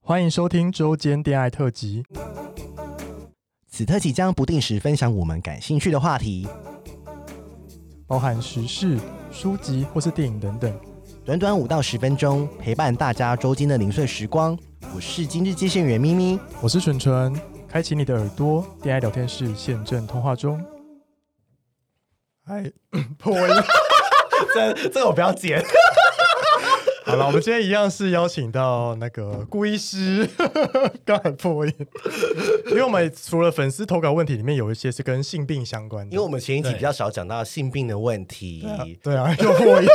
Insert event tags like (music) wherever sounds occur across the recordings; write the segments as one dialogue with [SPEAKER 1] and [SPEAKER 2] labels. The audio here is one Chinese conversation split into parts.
[SPEAKER 1] 欢迎收听周间恋爱特辑。
[SPEAKER 2] 此特辑将不定时分享我们感兴趣的话题，
[SPEAKER 1] 包含时事、书籍或是电影等等。
[SPEAKER 2] 短短五到十分钟，陪伴大家周间的零碎时光。我是今日接线员咪咪，
[SPEAKER 1] 我是纯纯，开启你的耳朵，恋爱聊天室现正通话中。哎，破音。
[SPEAKER 2] 这这个我不要剪。
[SPEAKER 1] (laughs) 好了，我们今天一样是邀请到那个顾医师，刚才破音，因为我们除了粉丝投稿问题里面有一些是跟性病相关的，
[SPEAKER 2] 因为我们前一集比较少讲到性病的问题，
[SPEAKER 1] 对啊，又破音，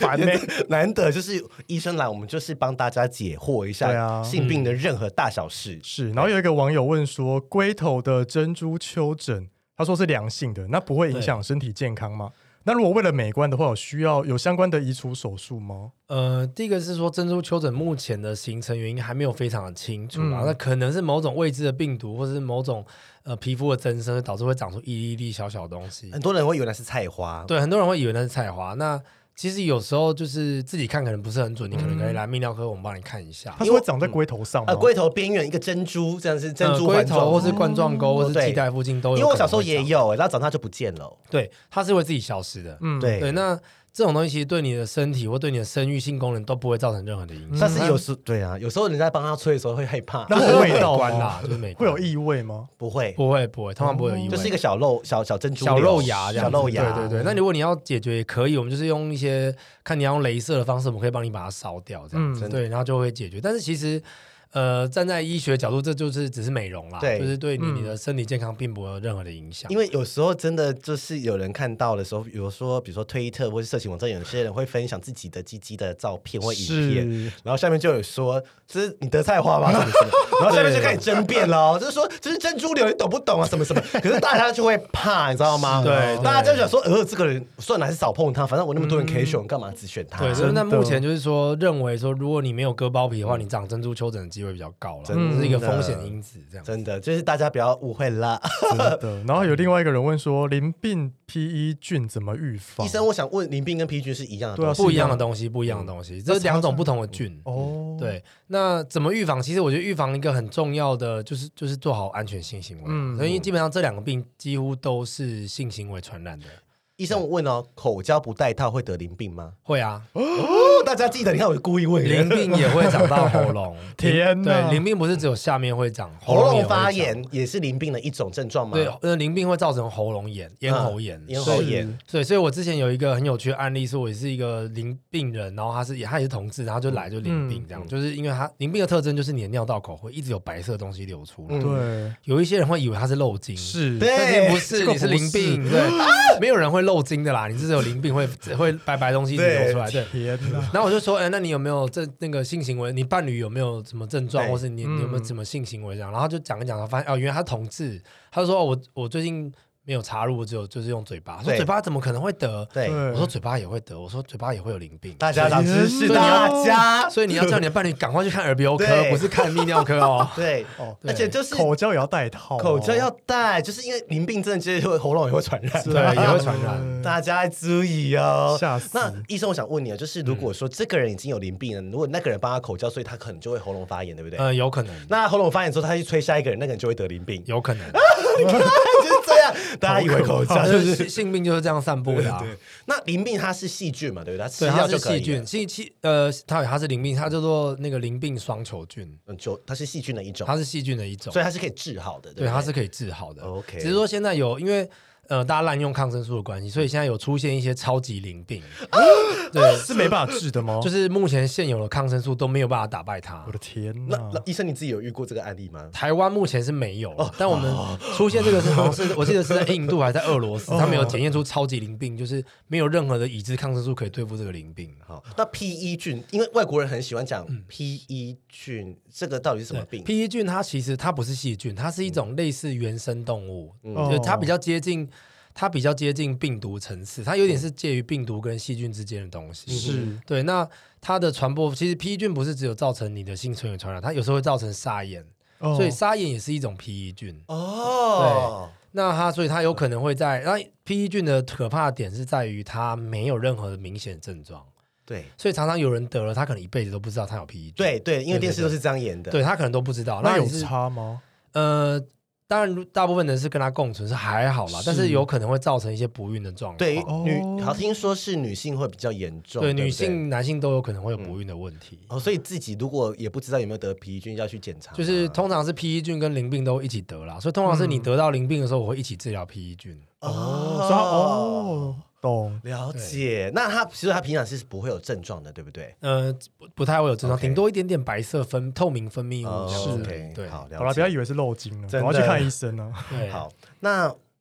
[SPEAKER 1] 烦呢、
[SPEAKER 2] (laughs) 难得就是医生来，我们就是帮大家解惑一
[SPEAKER 1] 对
[SPEAKER 2] 下
[SPEAKER 1] 啊
[SPEAKER 2] 性病的任何大小事。
[SPEAKER 1] 是，然后有一个网友问说，龟头的珍珠丘疹，他说是良性的，那不会影响身体健康吗？那如果为了美观的话，有需要有相关的移除手术吗？
[SPEAKER 3] 呃，第一个是说珍珠丘疹目前的形成原因还没有非常的清楚
[SPEAKER 1] 嗯
[SPEAKER 3] 啦，那可能是某种未知的病毒，或者是某种呃皮肤的增生，导致会长出一粒一粒小小的东西
[SPEAKER 2] 很。多人会以为那是菜花，
[SPEAKER 3] 嗯对，很多人会以为那是菜花，那其实有时候就是自己看可能不是很准，你可能
[SPEAKER 2] 嗯
[SPEAKER 3] 可以来泌尿科，我们帮你看一下
[SPEAKER 1] 它。是会长在龟头上吗？
[SPEAKER 2] 呃，龟头边缘一个珍珠，这样是珍珠
[SPEAKER 3] 呃
[SPEAKER 2] 环
[SPEAKER 3] 龟
[SPEAKER 2] 状哦
[SPEAKER 3] 头或是冠状沟，或是
[SPEAKER 2] 对
[SPEAKER 3] 脐带附近都有。
[SPEAKER 2] 因为我小时候也，有、欸然后长大就不见了。
[SPEAKER 3] 对，它是会自己消失的。
[SPEAKER 1] 嗯
[SPEAKER 2] 对
[SPEAKER 3] 对，那这种东西其实对你的身体或对你的生育性功能都不会造成任何的影响。
[SPEAKER 2] 但是有时对啊，有时候人家帮他吹的时嗯候会哦害怕，
[SPEAKER 1] 那会
[SPEAKER 3] 就
[SPEAKER 1] 有味
[SPEAKER 3] 是 (laughs)
[SPEAKER 1] 道
[SPEAKER 3] 哦美观啦
[SPEAKER 1] 吗，
[SPEAKER 3] 就是美
[SPEAKER 1] 会
[SPEAKER 3] 观
[SPEAKER 1] 有异味吗？
[SPEAKER 2] 不会，
[SPEAKER 3] 不会不会，通常不会有异味，
[SPEAKER 2] 就是一个小肉小小珍珠
[SPEAKER 3] 小
[SPEAKER 2] 瘤
[SPEAKER 3] 肉芽这样
[SPEAKER 2] 小
[SPEAKER 3] 子，
[SPEAKER 2] 肉芽，
[SPEAKER 3] 对对对，那如果你要解决也可以，我们就是用一些看你要用镭射的方式，我们可以帮你把它烧掉，这样子、
[SPEAKER 2] 嗯
[SPEAKER 3] 对，然后就会解决。但是其实。呃，站在医学角度，这就是只是美容啦，
[SPEAKER 2] 对
[SPEAKER 3] 就是对你、
[SPEAKER 1] 嗯
[SPEAKER 3] 你的身体健康并不会有任何的影响
[SPEAKER 2] 因。为有时候真的就是有人看到的时候，比如说比如说推特或是社群网站，有些人会分享自己的鸡鸡的照片或影片，
[SPEAKER 1] 是，
[SPEAKER 2] 然后下面就有说这是你得菜花
[SPEAKER 3] (laughs)
[SPEAKER 2] 吗？什么什么，然后下面就开始争辩喽，就是说这是珍珠瘤，你懂不懂啊？什么什么， (laughs) 可是大家就会怕，你知道吗？
[SPEAKER 3] 是对对
[SPEAKER 2] 大家就想说，呃，这个人算了，还是少碰他，反正我那么多人可以选，我干嘛只选他？
[SPEAKER 3] 嗯对，所以
[SPEAKER 1] 真的
[SPEAKER 3] 那目前就是说，认为说，如果你没有割包皮的话，你长珍珠丘疹的机会比较高了，这
[SPEAKER 2] 嗯真的
[SPEAKER 3] 是一个风险因子，这样子。
[SPEAKER 2] 真的就是大家不要误会
[SPEAKER 3] (laughs)
[SPEAKER 2] 啦。
[SPEAKER 1] 真的。然后有另外一个人问说，淋病 PE 菌怎么预防？
[SPEAKER 2] 医生，我想问，淋病跟皮菌是一样的
[SPEAKER 1] 对啊
[SPEAKER 2] 东西吗，
[SPEAKER 3] 不一样的东西，不一样的东
[SPEAKER 2] 嗯
[SPEAKER 3] 西，这是两种不同的菌。
[SPEAKER 1] 哦，，
[SPEAKER 3] 嗯对，那怎么预防？其实我觉得预防一个很重要的就是就是做好安全性行为，啊
[SPEAKER 1] 嗯
[SPEAKER 3] 所以因为基本上这两个病几乎都是性行为传染的。
[SPEAKER 2] 医生，我问哦，口交不戴套会得淋病吗？
[SPEAKER 3] 会啊，
[SPEAKER 2] 哦，大家记得，你看我故意问人
[SPEAKER 3] 淋病也会长到喉
[SPEAKER 2] (laughs)
[SPEAKER 3] 咙。
[SPEAKER 1] 天哪
[SPEAKER 3] 对，淋病不是只有下面会长，
[SPEAKER 2] 喉
[SPEAKER 3] 咙
[SPEAKER 2] 咙
[SPEAKER 3] 也会
[SPEAKER 2] 发
[SPEAKER 3] 长。
[SPEAKER 2] 炎也是淋病的一种症状吗？
[SPEAKER 3] 对，呃，淋病会造成喉咙炎、咽喉炎、
[SPEAKER 2] 嗯咽
[SPEAKER 3] 所以
[SPEAKER 2] 喉炎，
[SPEAKER 3] 对，所以我之前有一个很有趣的案例，是我也是一个淋病人，然后他是也他也是同志，然后就来就
[SPEAKER 2] 嗯
[SPEAKER 3] 淋病这样，就是因为他淋病的特征就是你的尿道口会一直有白色的东西流出来，
[SPEAKER 2] 嗯
[SPEAKER 1] 对，
[SPEAKER 3] 有一些人会以为他是漏精，
[SPEAKER 1] 是，
[SPEAKER 2] 对
[SPEAKER 3] 但是不
[SPEAKER 1] 这
[SPEAKER 3] 是，
[SPEAKER 1] 个
[SPEAKER 3] 你是
[SPEAKER 1] 不
[SPEAKER 3] 淋病，
[SPEAKER 2] 啊
[SPEAKER 3] 对，没有人会漏精的啦，你是只有淋病会会白白东西一直流出来，对。
[SPEAKER 1] 哎天
[SPEAKER 2] (laughs)
[SPEAKER 1] 哪，
[SPEAKER 3] 然后我就说，哎、那你有没有这那个性行为？你伴侣有没有什么症状，
[SPEAKER 2] 对
[SPEAKER 3] 或是你你有没有
[SPEAKER 1] 嗯
[SPEAKER 3] 什么性行为这样？然后他就讲一讲，他发现哦，原来他同志，他就说、哦我我最近没有插入，我只有就是用嘴巴。说
[SPEAKER 2] 对
[SPEAKER 3] 嘴巴怎么可能会得？
[SPEAKER 2] 对，
[SPEAKER 1] 对
[SPEAKER 3] 我说嘴巴也会得，我说嘴巴也会有淋病。
[SPEAKER 2] 大家长知识，
[SPEAKER 1] 对
[SPEAKER 2] 大家
[SPEAKER 3] 所以你要叫你的伴侣赶快去看耳鼻喉科，
[SPEAKER 2] 对。
[SPEAKER 3] 不是看泌尿科哦
[SPEAKER 2] 对，
[SPEAKER 1] 哦，
[SPEAKER 3] 对
[SPEAKER 2] 而且就是
[SPEAKER 1] 口交也要戴套哦，
[SPEAKER 2] 口交要戴，就是因为淋病真的就是会喉咙也会传
[SPEAKER 1] (laughs)
[SPEAKER 2] 染，
[SPEAKER 3] 对，也会传染。
[SPEAKER 2] 大家要注意哦。
[SPEAKER 1] 吓死。
[SPEAKER 2] 那医生，我想问你啊，就是如果说这个人已经有淋病了，如果那个人帮他口交，所以他可能就会喉咙发炎，对 (laughs) 不对？
[SPEAKER 3] 呃，有可能，
[SPEAKER 2] 那喉咙发炎之后，他去吹下一个人，那个人就会得淋
[SPEAKER 3] (laughs)
[SPEAKER 2] 病， (laughs)
[SPEAKER 3] 有可能。
[SPEAKER 2] 就是这样。大家以为口交就
[SPEAKER 3] 就是是性病就是这样散布的、啊。
[SPEAKER 2] 那淋病它是细菌嘛，对不对？它吃
[SPEAKER 3] 对，它
[SPEAKER 2] 掉
[SPEAKER 3] 是
[SPEAKER 2] 就可以
[SPEAKER 3] 细
[SPEAKER 2] 了
[SPEAKER 3] 菌，，细细呃，它它是淋病，它叫做那个淋病双球菌，
[SPEAKER 2] 嗯，就它是细菌的一种，
[SPEAKER 3] 它是细菌的一种
[SPEAKER 2] 所，以它是可以治好的，对不
[SPEAKER 3] 对，
[SPEAKER 2] 对，
[SPEAKER 3] 它是可以治好的。
[SPEAKER 2] OK
[SPEAKER 3] 只是说现在有因为呃大家滥用抗生素的关系，所以现在有出现一些超级淋病，对，
[SPEAKER 1] 是没办法治的
[SPEAKER 2] 哦
[SPEAKER 1] 吗？
[SPEAKER 3] 就是目前现有的抗生素都没有办法打败它
[SPEAKER 1] 我。的天
[SPEAKER 2] 那
[SPEAKER 3] 嗯
[SPEAKER 1] 呐！
[SPEAKER 2] 那医生你自己有遇过这个案例吗？
[SPEAKER 3] 台湾目前是没有了，
[SPEAKER 2] 哦
[SPEAKER 3] 但我们出现这个是好像是我记得是在印度还是在俄罗斯，
[SPEAKER 2] 哦
[SPEAKER 3] 他们有检验出超级淋病，就是没有任何的已知抗生素可以对付这个淋病。
[SPEAKER 2] 好，那 PE 菌，因为外国人很喜欢讲 PE 菌，这个到底是什么病？
[SPEAKER 3] 嗯
[SPEAKER 2] 嗯
[SPEAKER 3] P E 菌它其实它不是细菌，它是一种类似原生动物，
[SPEAKER 1] 哦
[SPEAKER 3] 就它比较接近，它比较接近病毒层次，它有点是介于病毒跟细菌之间的东西。
[SPEAKER 1] 是
[SPEAKER 3] 对，那它的传播其实 P E 菌不是只有造成你的性传染传染，它有时候会造成沙眼，
[SPEAKER 1] 哦
[SPEAKER 3] 所以沙眼也是一种 P E 菌。
[SPEAKER 2] 哦，
[SPEAKER 3] 那它所以它有可能会在那 P E 菌的可怕点是在于它没有任何的明显症状。
[SPEAKER 2] 对
[SPEAKER 3] 所以常常有人得了，他可能一辈子都不知道他有 PED。
[SPEAKER 2] 对对，因为
[SPEAKER 3] 对
[SPEAKER 2] 电视都是这样演的。
[SPEAKER 3] 对他可能都不知道。
[SPEAKER 1] 哦那
[SPEAKER 3] 那
[SPEAKER 1] 有
[SPEAKER 3] 你是
[SPEAKER 1] 差吗？
[SPEAKER 3] 呃，当然大部分人是跟他共存是还好啦，但是有可能会造成一些不孕的状况。
[SPEAKER 2] 对
[SPEAKER 1] 哦
[SPEAKER 2] 女好听说是女性会比较严重，对
[SPEAKER 3] 对，嗯
[SPEAKER 2] 不对
[SPEAKER 3] 女性、男性都有可能会有不孕的问题。
[SPEAKER 2] 哦，所以自己如果也不知道有没有得皮菌，要去检查吗，
[SPEAKER 3] 就是通常是 PE 菌跟淋病都一起得啦，所以通常是你得到淋病的时候，我会一起治疗 PE 菌。
[SPEAKER 1] 哦，所以他哦，懂。
[SPEAKER 2] 了解。那他其实他平常是不会有症状的，对不对？
[SPEAKER 3] 呃，不不太会有症状，
[SPEAKER 2] OK
[SPEAKER 3] 顶多一点点白色分透明分泌物这哦样子。
[SPEAKER 2] 哦 OK，
[SPEAKER 3] 嗯对，
[SPEAKER 2] 好，
[SPEAKER 1] 好了，
[SPEAKER 2] 了
[SPEAKER 1] 不要
[SPEAKER 2] 解。
[SPEAKER 1] 以为是漏精了，
[SPEAKER 2] 真
[SPEAKER 1] 赶
[SPEAKER 2] 的
[SPEAKER 1] 快去看医生啊。
[SPEAKER 3] 对，
[SPEAKER 2] 好，那 (laughs)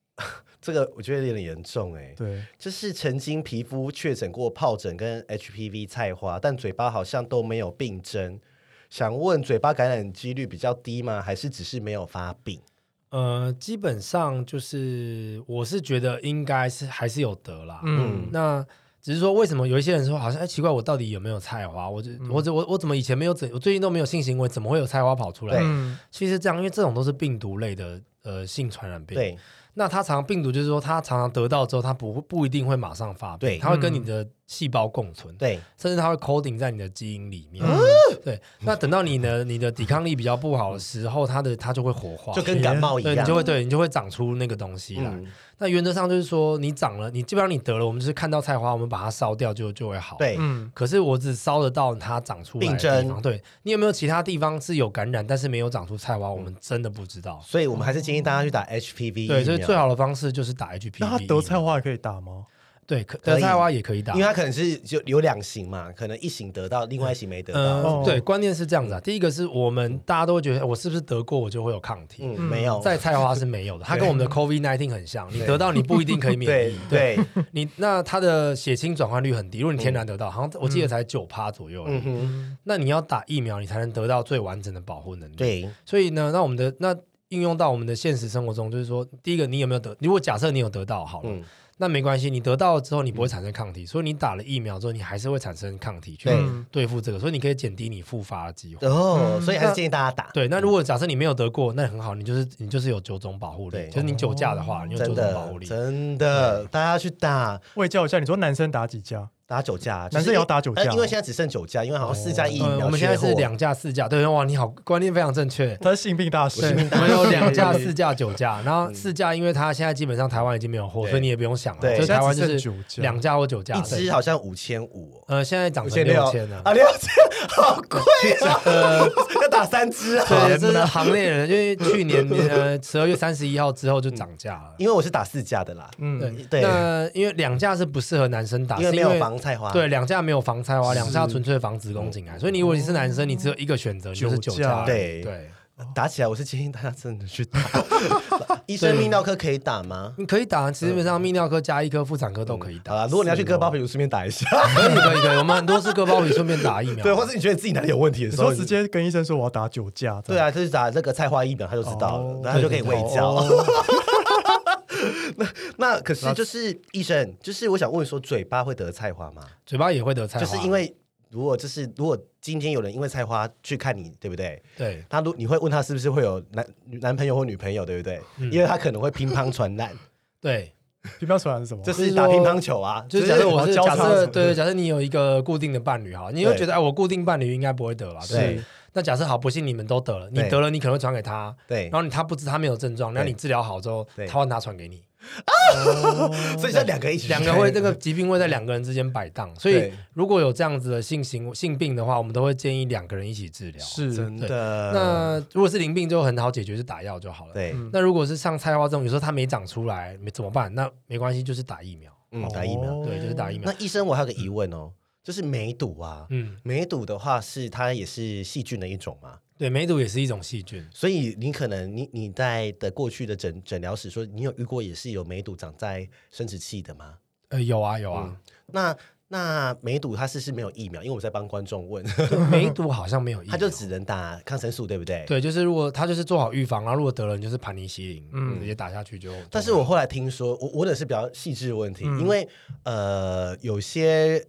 [SPEAKER 2] 这个我觉得有点严重哎。
[SPEAKER 1] 对，
[SPEAKER 2] (laughs) 就是曾经皮肤确诊过疱疹跟 HPV 菜花，但嘴巴好像都没有病征。想问，嘴巴感染几率比较低吗？还是只是没有发病？
[SPEAKER 3] 呃，基本上就是我是觉得应该是还是有得啦。
[SPEAKER 1] 嗯，
[SPEAKER 3] 那只是说为什么有一些人说好像哎奇怪，我到底有没有菜花？我就、我怎我我怎么以前没有怎我最近都没有性行为，怎么会有菜花跑出来？
[SPEAKER 2] 对
[SPEAKER 1] 嗯，
[SPEAKER 3] 其实这样，因为这种都是病毒类的呃性传染病。，
[SPEAKER 2] 对，
[SPEAKER 3] 那它常病毒就是说它常常得到之后，它不不一定会马上发病，
[SPEAKER 2] 对
[SPEAKER 3] 它会跟你的细胞共存。
[SPEAKER 2] 对，嗯
[SPEAKER 3] 甚至它会 coding 在你的基因里面。
[SPEAKER 1] 嗯
[SPEAKER 3] 对，那等到你的你的抵抗力比较不好的时候，它的它就会活化，
[SPEAKER 2] 就跟感冒一
[SPEAKER 3] 对你
[SPEAKER 2] 样
[SPEAKER 3] 就。会对你就会长出那个东西来。
[SPEAKER 2] 嗯
[SPEAKER 3] 那原则上就是说，你长了，你基本上你得了，我们就是看到菜花，我们把它烧掉就就会好。。
[SPEAKER 2] 对，
[SPEAKER 1] 嗯，
[SPEAKER 3] 可是我只烧得到它长出来的地
[SPEAKER 2] 病
[SPEAKER 3] 方，
[SPEAKER 2] 症
[SPEAKER 3] 对你有没有其他地方是有感染，但是没有长出菜花，我们真的不知道。
[SPEAKER 2] 所以我们还是建议大家去打 HPV 疫苗
[SPEAKER 3] 对，所以最好的方式就是打 HPV。
[SPEAKER 1] 那他得菜，花也可以打吗？
[SPEAKER 3] 对，可
[SPEAKER 2] 可以
[SPEAKER 3] 得菜花也可以打，
[SPEAKER 2] 因为它可能是就有两型嘛，可能一型得到，另外一型没得
[SPEAKER 3] 呃，
[SPEAKER 2] 到。嗯
[SPEAKER 1] 哦
[SPEAKER 3] 对，观念是这样子啊。第一个是我们大家都会觉得，哎我是不是得过我就会有抗体？
[SPEAKER 2] 嗯，没有。
[SPEAKER 3] 在菜花是没有的，它跟我们的 COVID nineteen 很像，你得到你不一定可以免
[SPEAKER 2] 对 (laughs)
[SPEAKER 3] 疫。对，
[SPEAKER 2] 对，
[SPEAKER 3] 你那它的血清转换率很低，如果你天然得到，好像我记得才九趴左右而已。
[SPEAKER 2] 嗯哼，
[SPEAKER 3] 那你要打疫苗，你才能得到最完整的保护能力。，
[SPEAKER 2] 对，
[SPEAKER 3] 所以呢，那我们的那应用到我们的现实生活中，就是说，第一个你有没有得？如果假设你有得到好了，
[SPEAKER 2] 嗯
[SPEAKER 3] 那没关系，你得到了之后你不会产生抗体，所以你打了疫苗之后，你还是会产生抗体去
[SPEAKER 2] 对
[SPEAKER 1] 嗯
[SPEAKER 3] 对付这个，所以你可以减低你复发的机会。
[SPEAKER 2] 哦，
[SPEAKER 1] 嗯
[SPEAKER 2] 所以还是建议大家打。
[SPEAKER 3] 对，那如果假设你没有得过，那很好，你就是你就是有九种保护力
[SPEAKER 2] 对，哦
[SPEAKER 3] 就是你酒驾的话，你有九
[SPEAKER 2] 真
[SPEAKER 3] 种保
[SPEAKER 2] 的
[SPEAKER 3] 护力。
[SPEAKER 2] 真的，大家去打
[SPEAKER 1] 喂教一下，你说男生打几架？
[SPEAKER 2] 打酒驾，
[SPEAKER 1] 男生也要打酒驾
[SPEAKER 2] 呃因为现在只剩酒驾，因为好像四加一疫
[SPEAKER 3] 嗯，
[SPEAKER 2] 苗，
[SPEAKER 3] 哦我们现在是，两价四价，对哇，你好，观念非常正确。
[SPEAKER 1] 他是性病大
[SPEAKER 3] 对，
[SPEAKER 1] 师，
[SPEAKER 3] 我们有两
[SPEAKER 2] (laughs)
[SPEAKER 3] 价、四价、九价，然后四价，因为它现在基本上台湾已经没有
[SPEAKER 2] 嗯
[SPEAKER 3] 货，
[SPEAKER 2] 对
[SPEAKER 3] 所以你也不用想了。
[SPEAKER 2] 对
[SPEAKER 3] 所以台湾
[SPEAKER 1] 现
[SPEAKER 3] 就
[SPEAKER 1] 在只
[SPEAKER 3] 是
[SPEAKER 1] 剩九价
[SPEAKER 3] 两价或九价。
[SPEAKER 2] 一
[SPEAKER 3] 对
[SPEAKER 2] 支好像五千五，
[SPEAKER 3] 呃，现在涨成六千了。呃
[SPEAKER 2] 啊，六千，好
[SPEAKER 3] (laughs)
[SPEAKER 2] 贵啊！要打三支啊！
[SPEAKER 3] 对，这是行内人，因为
[SPEAKER 2] (laughs)
[SPEAKER 3] 去年呃十二月三十一号之后就涨价了。
[SPEAKER 2] 因为我是打四价的啦，
[SPEAKER 1] 嗯，
[SPEAKER 2] 对
[SPEAKER 3] 那因为两价是不适合男生打，
[SPEAKER 2] 因为
[SPEAKER 3] 是
[SPEAKER 2] 没有防菜花，
[SPEAKER 3] 对，两价没有防菜花，两价纯粹防子宫颈癌。所以你如果你是男生，你只有一个选择，你就是
[SPEAKER 1] 酒驾
[SPEAKER 3] 酒驾而已。
[SPEAKER 2] 嗯哦对
[SPEAKER 3] 对，
[SPEAKER 2] 打起来，我是建议大家真的去
[SPEAKER 3] (laughs)
[SPEAKER 2] 打。医生泌尿科可以打吗？
[SPEAKER 3] 你可以打，基本上泌尿科加一科、妇产科都可以
[SPEAKER 2] 嗯好
[SPEAKER 3] (laughs) 打。哦
[SPEAKER 2] 啦，如果你要去
[SPEAKER 3] (laughs)
[SPEAKER 2] 割包皮，我顺便打一下。
[SPEAKER 3] 可以可以可以，我们很多是割包皮顺便打疫苗。啊
[SPEAKER 2] (laughs) 对，或者你觉得自己哪里有问题的
[SPEAKER 1] 你
[SPEAKER 2] 时候，
[SPEAKER 1] 说直接跟医生说我要打九架，
[SPEAKER 2] 对，啊，就是打这个菜花疫苗，他就知道了
[SPEAKER 1] 哦，
[SPEAKER 2] 然后他就可以喂教。
[SPEAKER 1] 哦
[SPEAKER 2] (laughs) 那可是就是医生，就是我想问说，嘴巴会得菜花吗？
[SPEAKER 3] 嘴巴也会得菜
[SPEAKER 2] 就
[SPEAKER 3] 花，
[SPEAKER 2] 是因为如果就是如果今天有人因为菜花去看你，对不对？
[SPEAKER 3] 对
[SPEAKER 2] 他如你会问他是不是会有男男朋友或女朋友，对不对？因为他可能会乒乓传染，
[SPEAKER 3] 对，
[SPEAKER 1] 乒乓球还是什么？
[SPEAKER 2] 就是打乒乓球啊，
[SPEAKER 3] 就是
[SPEAKER 2] 就
[SPEAKER 3] 假
[SPEAKER 2] 是
[SPEAKER 3] 设我是
[SPEAKER 1] 交叉
[SPEAKER 3] 假设
[SPEAKER 1] 什么
[SPEAKER 3] 对对，假设你有一个固定的伴侣哈，你会觉得哎，我固定伴侣应该不会得吧？
[SPEAKER 2] 对
[SPEAKER 3] 对。那假设好，不幸你们都得了，你
[SPEAKER 2] 对
[SPEAKER 3] 得了，你可能会传给他，
[SPEAKER 2] 对
[SPEAKER 3] 然，后你他不知他没有症状，那你治疗好之后
[SPEAKER 2] 对，
[SPEAKER 3] 他会拿传给你。
[SPEAKER 2] 所以这哦两个一起
[SPEAKER 3] 两个会这个疾病会在两个人之间摆荡，所以
[SPEAKER 2] 对
[SPEAKER 3] 如果有这样子的性行性病的话，我们都会建议两个人一起治疗。
[SPEAKER 1] 是
[SPEAKER 2] 真的
[SPEAKER 3] 那如果是淋病就很好解决，是打药就好了。
[SPEAKER 2] 对，
[SPEAKER 1] 嗯
[SPEAKER 3] 那如果是像菜花这种，有时候它没长出来，没怎么办？那没关系，就是打疫苗。
[SPEAKER 2] 嗯，打疫苗。
[SPEAKER 1] 哦
[SPEAKER 3] 对，就是打疫苗
[SPEAKER 2] 那。医生，我还有个疑问哦，就是梅毒啊，
[SPEAKER 3] 嗯，
[SPEAKER 2] 梅毒的话是它也是细菌的一种嘛？
[SPEAKER 3] 对，梅毒也是一种细菌。
[SPEAKER 2] 所以你可能你你在的过去的诊诊疗史说，你有遇过也是有梅毒长在生殖器的吗？
[SPEAKER 3] 呃，有啊有啊，
[SPEAKER 2] 那那梅毒它是是没有疫苗，因为我在帮观众问，
[SPEAKER 3] 对嗯梅毒好像没
[SPEAKER 2] (laughs)
[SPEAKER 3] 有疫苗。
[SPEAKER 2] 它就只能打抗生素，对不对？。
[SPEAKER 3] 对，就是如果他就是做好预防，然后如果得了，你就是盘尼西林，嗯，直接打下去就。
[SPEAKER 2] 但是我
[SPEAKER 1] 嗯
[SPEAKER 2] 后来听说，我我的是比较细致的问题，因为呃，有些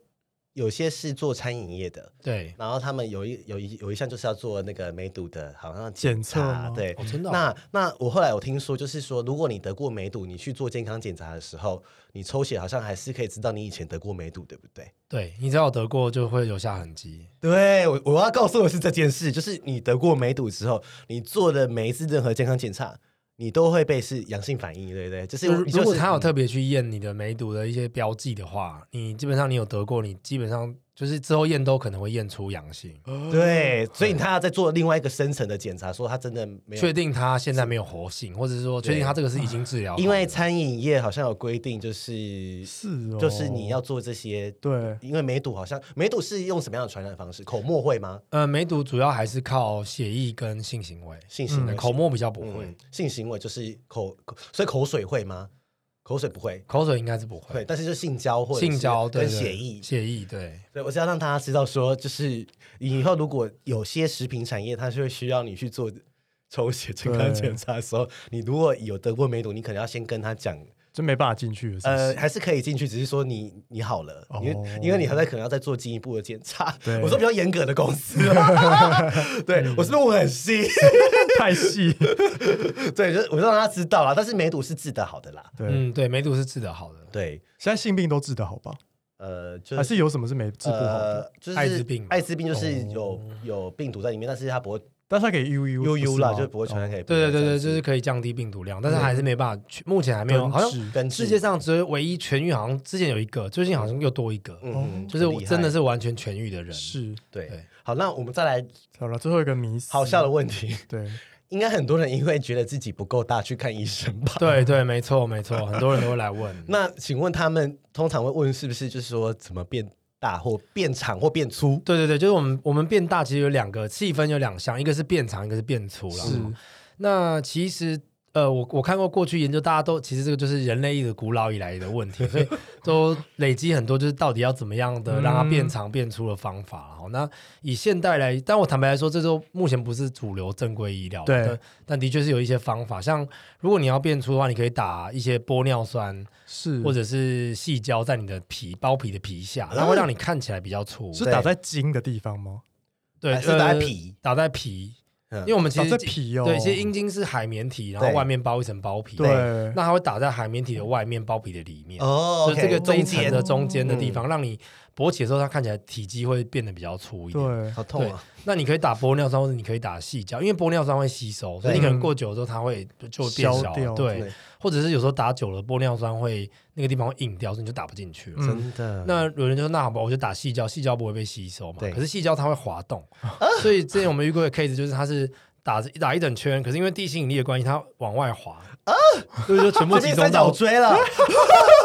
[SPEAKER 2] 有些是做餐饮业的，
[SPEAKER 3] 对，
[SPEAKER 2] 然后他们有一有一有一项就是要做那个梅毒的，好像
[SPEAKER 1] 检测
[SPEAKER 2] 查
[SPEAKER 1] 吗
[SPEAKER 2] 对。
[SPEAKER 3] 哦，真的哦、
[SPEAKER 2] 那那我后来我听说，就是说，如果你得过梅毒，你去做健康检查的时候，你抽血好像还是可以知道你以前得过梅毒，对不对？
[SPEAKER 3] 对你只要有得过，就会留下痕迹。
[SPEAKER 2] 对，我我要告诉的是这件事，就是你得过梅毒之后，你做的每一次任何健康检查，你都会被是阳性反应，对不对？就是
[SPEAKER 3] 就是
[SPEAKER 2] 你
[SPEAKER 3] 如
[SPEAKER 2] 就
[SPEAKER 3] 果
[SPEAKER 2] 是嗯
[SPEAKER 3] 他有特别去验你的梅毒的一些标记的话，你基本上你有得过，你基本上就是之后验都可能会验出阳性，
[SPEAKER 2] 哦嗯对，所以他要再做另外一个深层的检查，说他真的没有
[SPEAKER 3] 确定他现在没有活性，或者是说确定他这个是已经治疗好了，
[SPEAKER 2] 啊因为餐饮业好像有规定，就是
[SPEAKER 1] 是哦，
[SPEAKER 2] 就是你要做这些，
[SPEAKER 1] 对
[SPEAKER 2] 因为梅毒好像梅毒是用什么样的传染方式？口沫会吗？
[SPEAKER 3] 呃梅毒主要还是靠血液跟性行为，
[SPEAKER 2] 性行为、
[SPEAKER 3] 对口沫比较不
[SPEAKER 2] 嗯
[SPEAKER 3] 会，
[SPEAKER 2] 性行为就是口口，所以口水会吗？口水不会，
[SPEAKER 3] 口水应该是不
[SPEAKER 2] 会，
[SPEAKER 3] 会，
[SPEAKER 2] 但是就性交或者
[SPEAKER 3] 性交
[SPEAKER 2] 是
[SPEAKER 3] 对
[SPEAKER 2] 跟
[SPEAKER 3] 对
[SPEAKER 2] 血液。
[SPEAKER 3] 血液对。
[SPEAKER 2] 对，我是要让大家知道说，就是以后如果有些食品产业，它是会需要你去做抽血健康
[SPEAKER 1] 对
[SPEAKER 2] 检查的时候，你如果有得过梅毒，你可能要先跟他讲
[SPEAKER 1] 真没办法进去了，是不
[SPEAKER 3] (laughs)
[SPEAKER 2] 呃，
[SPEAKER 1] 是？
[SPEAKER 2] 还是可以进去，只是说你你好了，因为、
[SPEAKER 1] 哦
[SPEAKER 2] 因为你还在可能要再做进一步的检查。
[SPEAKER 3] (laughs)
[SPEAKER 1] 对
[SPEAKER 2] 我说比较严格的公司啊，对我是我很细， (laughs)
[SPEAKER 1] 太细，
[SPEAKER 2] 对，就是我让他知道啦。但是梅毒是治得好的啦，
[SPEAKER 1] 对，
[SPEAKER 3] 嗯，对，梅毒是治得好的，
[SPEAKER 2] 对，
[SPEAKER 1] 现在性病都治得好吧？
[SPEAKER 2] 呃，就
[SPEAKER 1] 还是有什么是没治不好的？
[SPEAKER 2] 呃，就是
[SPEAKER 3] 艾滋病嘛哦
[SPEAKER 2] 艾滋病就是有、有病毒在里面，但是它不会
[SPEAKER 1] 但是它可以 U U
[SPEAKER 2] 悠悠啦，就是不会传染给别
[SPEAKER 3] 对哦对
[SPEAKER 2] 人
[SPEAKER 3] 对
[SPEAKER 2] 这
[SPEAKER 3] 对，
[SPEAKER 2] 样子
[SPEAKER 3] 就是可以降低病毒量，但是还是没办法去，目前还没有，好像
[SPEAKER 2] 根治
[SPEAKER 3] 世界上只有唯一痊愈，好像之前有一个，最近好像又多一个，
[SPEAKER 2] 嗯，
[SPEAKER 3] 哦就是
[SPEAKER 2] 很
[SPEAKER 3] 我
[SPEAKER 2] 厉害
[SPEAKER 3] 真的是完全痊愈的人。
[SPEAKER 1] 哦是。
[SPEAKER 2] 对
[SPEAKER 3] 对。
[SPEAKER 2] 好，那我们再来
[SPEAKER 1] 好了，最后一个迷思，
[SPEAKER 2] 好笑的问题，
[SPEAKER 1] 对，
[SPEAKER 2] 应该很多人因为觉得自己不够大去看医生吧？
[SPEAKER 3] 对对，没错
[SPEAKER 2] (laughs)
[SPEAKER 3] 没错，很多人都会来问。
[SPEAKER 2] 那请问他们通常会问是不是就是说怎么变大或变长或变粗？
[SPEAKER 3] 对对对，就是我们我们变大，其实有两个气氛，有两项，一个是变长，一个是变粗了。
[SPEAKER 1] 是
[SPEAKER 3] 那其实呃，我我看过过去研究，大家都其实这个就是人类一直古老以来的问题，
[SPEAKER 2] (laughs)
[SPEAKER 3] 所以都累积很多，就是到底要怎么样
[SPEAKER 2] 嗯
[SPEAKER 3] 的让它变长变粗的方法。好，那以现代来，但我坦白来说，这都目前不是主流正规医疗，
[SPEAKER 1] 对
[SPEAKER 3] 但，但的确是有一些方法，像如果你要变粗的话，你可以打一些玻尿酸
[SPEAKER 1] 是，
[SPEAKER 3] 或者是细胶在你的皮包皮的皮下，它会让你看起来比较粗。
[SPEAKER 1] 嗯是打在筋的地方吗？
[SPEAKER 3] 对，
[SPEAKER 2] 还是打在
[SPEAKER 3] 呃
[SPEAKER 2] 皮？
[SPEAKER 3] 打在皮，
[SPEAKER 2] 嗯
[SPEAKER 3] 因为我们其实
[SPEAKER 1] 打在皮哦
[SPEAKER 3] 对，其实阴茎是海绵体，然后
[SPEAKER 2] 对
[SPEAKER 3] 外面包一层包皮，
[SPEAKER 1] 对
[SPEAKER 3] 那它会打在海绵体的外面，包皮的里面，
[SPEAKER 2] 哦
[SPEAKER 3] 就这个这一
[SPEAKER 2] 中
[SPEAKER 3] 层
[SPEAKER 2] 间
[SPEAKER 3] 的中间的地
[SPEAKER 1] 嗯
[SPEAKER 3] 方，让你勃起的时候，它看起来体积会变得比较粗一点。
[SPEAKER 1] 对，
[SPEAKER 2] 好痛啊！
[SPEAKER 3] 那你可以打玻尿酸，或者你可以打细胶，因为玻尿酸会吸收，所以你可能过久了之后它会就就会变
[SPEAKER 1] 消
[SPEAKER 3] 少
[SPEAKER 1] 掉
[SPEAKER 3] 了。对
[SPEAKER 2] 对，
[SPEAKER 3] 或者是有时候打久了玻尿酸会那个地方会硬掉，所以你就打不进去了。
[SPEAKER 1] 嗯
[SPEAKER 2] 真的。
[SPEAKER 3] 那有人就说：“那好吧，我就打细胶，细胶不会被吸收嘛。
[SPEAKER 2] 对
[SPEAKER 3] 可是细胶它会滑动，所以之前我们遇过的 case 就是它是打打一整圈，可是因为地心引力的关系，它往外滑啊，所以就全部
[SPEAKER 2] 最
[SPEAKER 3] 集
[SPEAKER 2] 近
[SPEAKER 3] 中
[SPEAKER 2] 三
[SPEAKER 3] 到
[SPEAKER 2] 角锥了，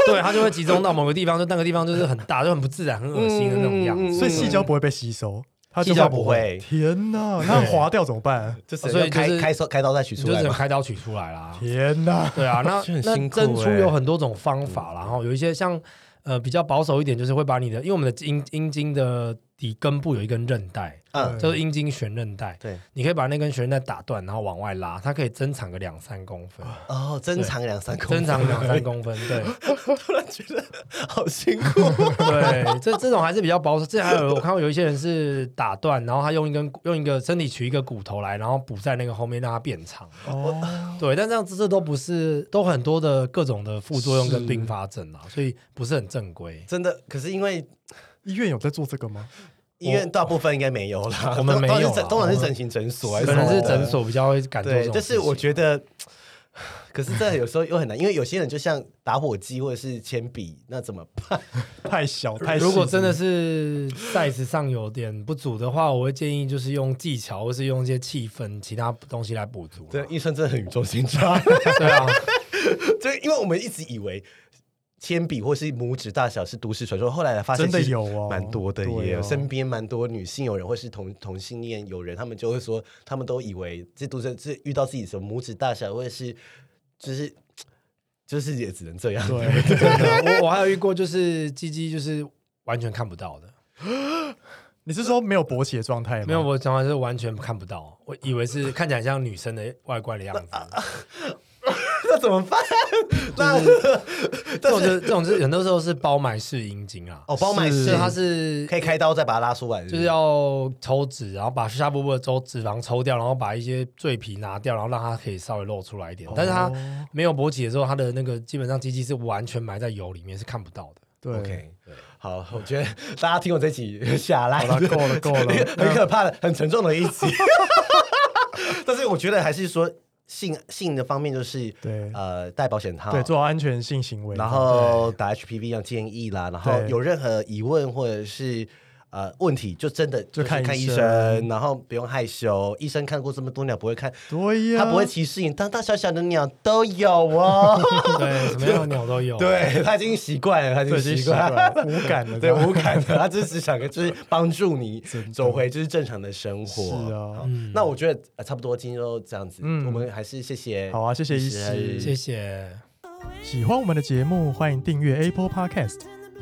[SPEAKER 3] 对，它就会集中到某个地方，就那个地方就是很大，就很不自然、很恶心的那种样
[SPEAKER 2] 嗯 (laughs)
[SPEAKER 3] 子。
[SPEAKER 1] 所以细胶不会被吸收，它就
[SPEAKER 2] 细胶
[SPEAKER 1] 会
[SPEAKER 2] 不会
[SPEAKER 1] 天哪，那划掉怎么办？
[SPEAKER 2] 就是
[SPEAKER 3] (laughs) 所以
[SPEAKER 2] 要开
[SPEAKER 3] 就是
[SPEAKER 2] 开刀开刀再取
[SPEAKER 3] 你
[SPEAKER 2] 出
[SPEAKER 3] 就只
[SPEAKER 2] 来
[SPEAKER 3] 能
[SPEAKER 2] 嘛。
[SPEAKER 3] 开刀取出来啦。
[SPEAKER 1] 天哪，
[SPEAKER 3] 对啊，
[SPEAKER 2] (laughs)
[SPEAKER 3] 那
[SPEAKER 2] 就很
[SPEAKER 3] 那
[SPEAKER 2] 辛苦
[SPEAKER 3] 增粗
[SPEAKER 2] 欸
[SPEAKER 3] 有很多种方法啦，然后有一些像呃比较保守一点，就是会把你的，因为我们的阴阴茎的底根部有一根韧带，
[SPEAKER 2] 嗯，
[SPEAKER 3] 叫做阴茎悬韧带。
[SPEAKER 2] 对，
[SPEAKER 3] 你可以把那根悬带打断，然后往外拉，它可以增长个两三公分，
[SPEAKER 2] 哦，增长两三公分，
[SPEAKER 3] 增长两三公分，对
[SPEAKER 2] (laughs) 突然觉得好辛
[SPEAKER 3] (laughs)
[SPEAKER 2] 苦。
[SPEAKER 3] 对，这这种还是比较保守。这还有我看过有一些人是打断，然后他用一根用一个身体取一个骨头来，然后补在那个后面让它变长，
[SPEAKER 1] 哦，
[SPEAKER 3] 对，但这样子这都不是都很多的各种的副作用跟并发症啊，所以不是很正规。
[SPEAKER 2] 真的，可是因为
[SPEAKER 1] 医院有在做这个吗？
[SPEAKER 2] 医院大部分应该没有啦，
[SPEAKER 3] (laughs) 我们没有啦啊
[SPEAKER 2] 通常是整通常
[SPEAKER 3] 我
[SPEAKER 2] 是
[SPEAKER 3] 们
[SPEAKER 2] 整形诊所还
[SPEAKER 3] 可
[SPEAKER 2] 什么
[SPEAKER 3] 能
[SPEAKER 2] 的，
[SPEAKER 3] 是诊所比较会感受这
[SPEAKER 2] 对，
[SPEAKER 3] 种
[SPEAKER 2] 但
[SPEAKER 3] 事情，
[SPEAKER 2] 是我觉得， (sighs) 可是这有时候又很难，因为有些人就像打火机或者是铅笔，那怎么办？
[SPEAKER 1] 太小太细，
[SPEAKER 3] 如果真的是 size 上有点不足的话，我会建议就是用技巧，或是用一些气氛、其他东西来补足。啊
[SPEAKER 2] 对，医生真的很语重心 (laughs) 长，
[SPEAKER 3] 对啊，
[SPEAKER 2] 对，因为我们一直以为铅笔或是拇指大小是都市传说，后来发现
[SPEAKER 1] 真的
[SPEAKER 2] 其实
[SPEAKER 1] 有哦
[SPEAKER 2] 蛮多的
[SPEAKER 1] 对
[SPEAKER 2] 耶，
[SPEAKER 1] 哦
[SPEAKER 2] 身边蛮多女性友人或是同同性恋友人，他们就会说，他们都以为这都是这遇到自己什么拇指大小或者是就是就是也只能这样， (laughs)
[SPEAKER 1] 对，
[SPEAKER 3] 真的啊我我还有遇过就是鸡鸡就是完全看不到的，
[SPEAKER 1] (laughs) 你是说没有勃起的状态吗？
[SPEAKER 3] 没有，我讲话是
[SPEAKER 2] (laughs)
[SPEAKER 3] 完全看不到，我以为是看起来像女生的外观的样子，
[SPEAKER 2] 要怎么
[SPEAKER 1] (laughs)
[SPEAKER 2] 办？那
[SPEAKER 3] 这种就是这种就是很多时候是包埋式阴茎啊，
[SPEAKER 2] 哦包埋式
[SPEAKER 3] 就是它是
[SPEAKER 2] (laughs) 可以开刀再把它拉出来，
[SPEAKER 3] 就是要抽脂，然后把下部部的抽脂肪抽掉，然后把一些赘皮拿掉，然后让它可以稍微露出来一点。但是它没有勃起的时候，它的那个基本上鸡鸡是完全埋在油里面，是看不到的。
[SPEAKER 1] 对
[SPEAKER 2] OK。好，我觉得大家听我这集下来
[SPEAKER 1] 好了够
[SPEAKER 2] (laughs)
[SPEAKER 1] 了够了
[SPEAKER 2] 很可怕的、很沉重的一集。
[SPEAKER 1] 啊
[SPEAKER 2] (laughs) 但是我觉得还是说性性的方面，就是
[SPEAKER 1] 对
[SPEAKER 2] 呃戴保险套，
[SPEAKER 1] 对，做好安全性行为，
[SPEAKER 2] 然后打 HPV 要建议啦，然后
[SPEAKER 1] 对
[SPEAKER 2] 有任何疑问或者是呃问题，就真的
[SPEAKER 1] 就是看
[SPEAKER 2] 看
[SPEAKER 1] 医
[SPEAKER 2] 医
[SPEAKER 1] 生
[SPEAKER 2] 生，然后不用害羞，医生看过这么多鸟不会看，
[SPEAKER 1] 对啊呀，
[SPEAKER 2] 他不会歧视你，大大小小的鸟都有
[SPEAKER 1] (laughs)
[SPEAKER 2] 哦。
[SPEAKER 3] (laughs) 对，什么样的鸟都有。
[SPEAKER 2] 对他已经习惯了，他已
[SPEAKER 1] 对，已经
[SPEAKER 2] 经习
[SPEAKER 1] 习惯
[SPEAKER 2] 惯了。
[SPEAKER 1] 了无感 (laughs) 了，
[SPEAKER 2] 对，
[SPEAKER 1] 这样
[SPEAKER 2] 无感的，他只是想就是帮助
[SPEAKER 1] (laughs)
[SPEAKER 2] 你走回就是正常的生活。
[SPEAKER 1] 是啊
[SPEAKER 2] 好那我觉得、呃差不多今天就这样子，
[SPEAKER 1] 嗯
[SPEAKER 2] 我们还是谢谢，
[SPEAKER 1] 好啊谢谢医师
[SPEAKER 3] 谢谢。
[SPEAKER 1] 喜欢我们的节目，欢迎订阅 Apple Podcast，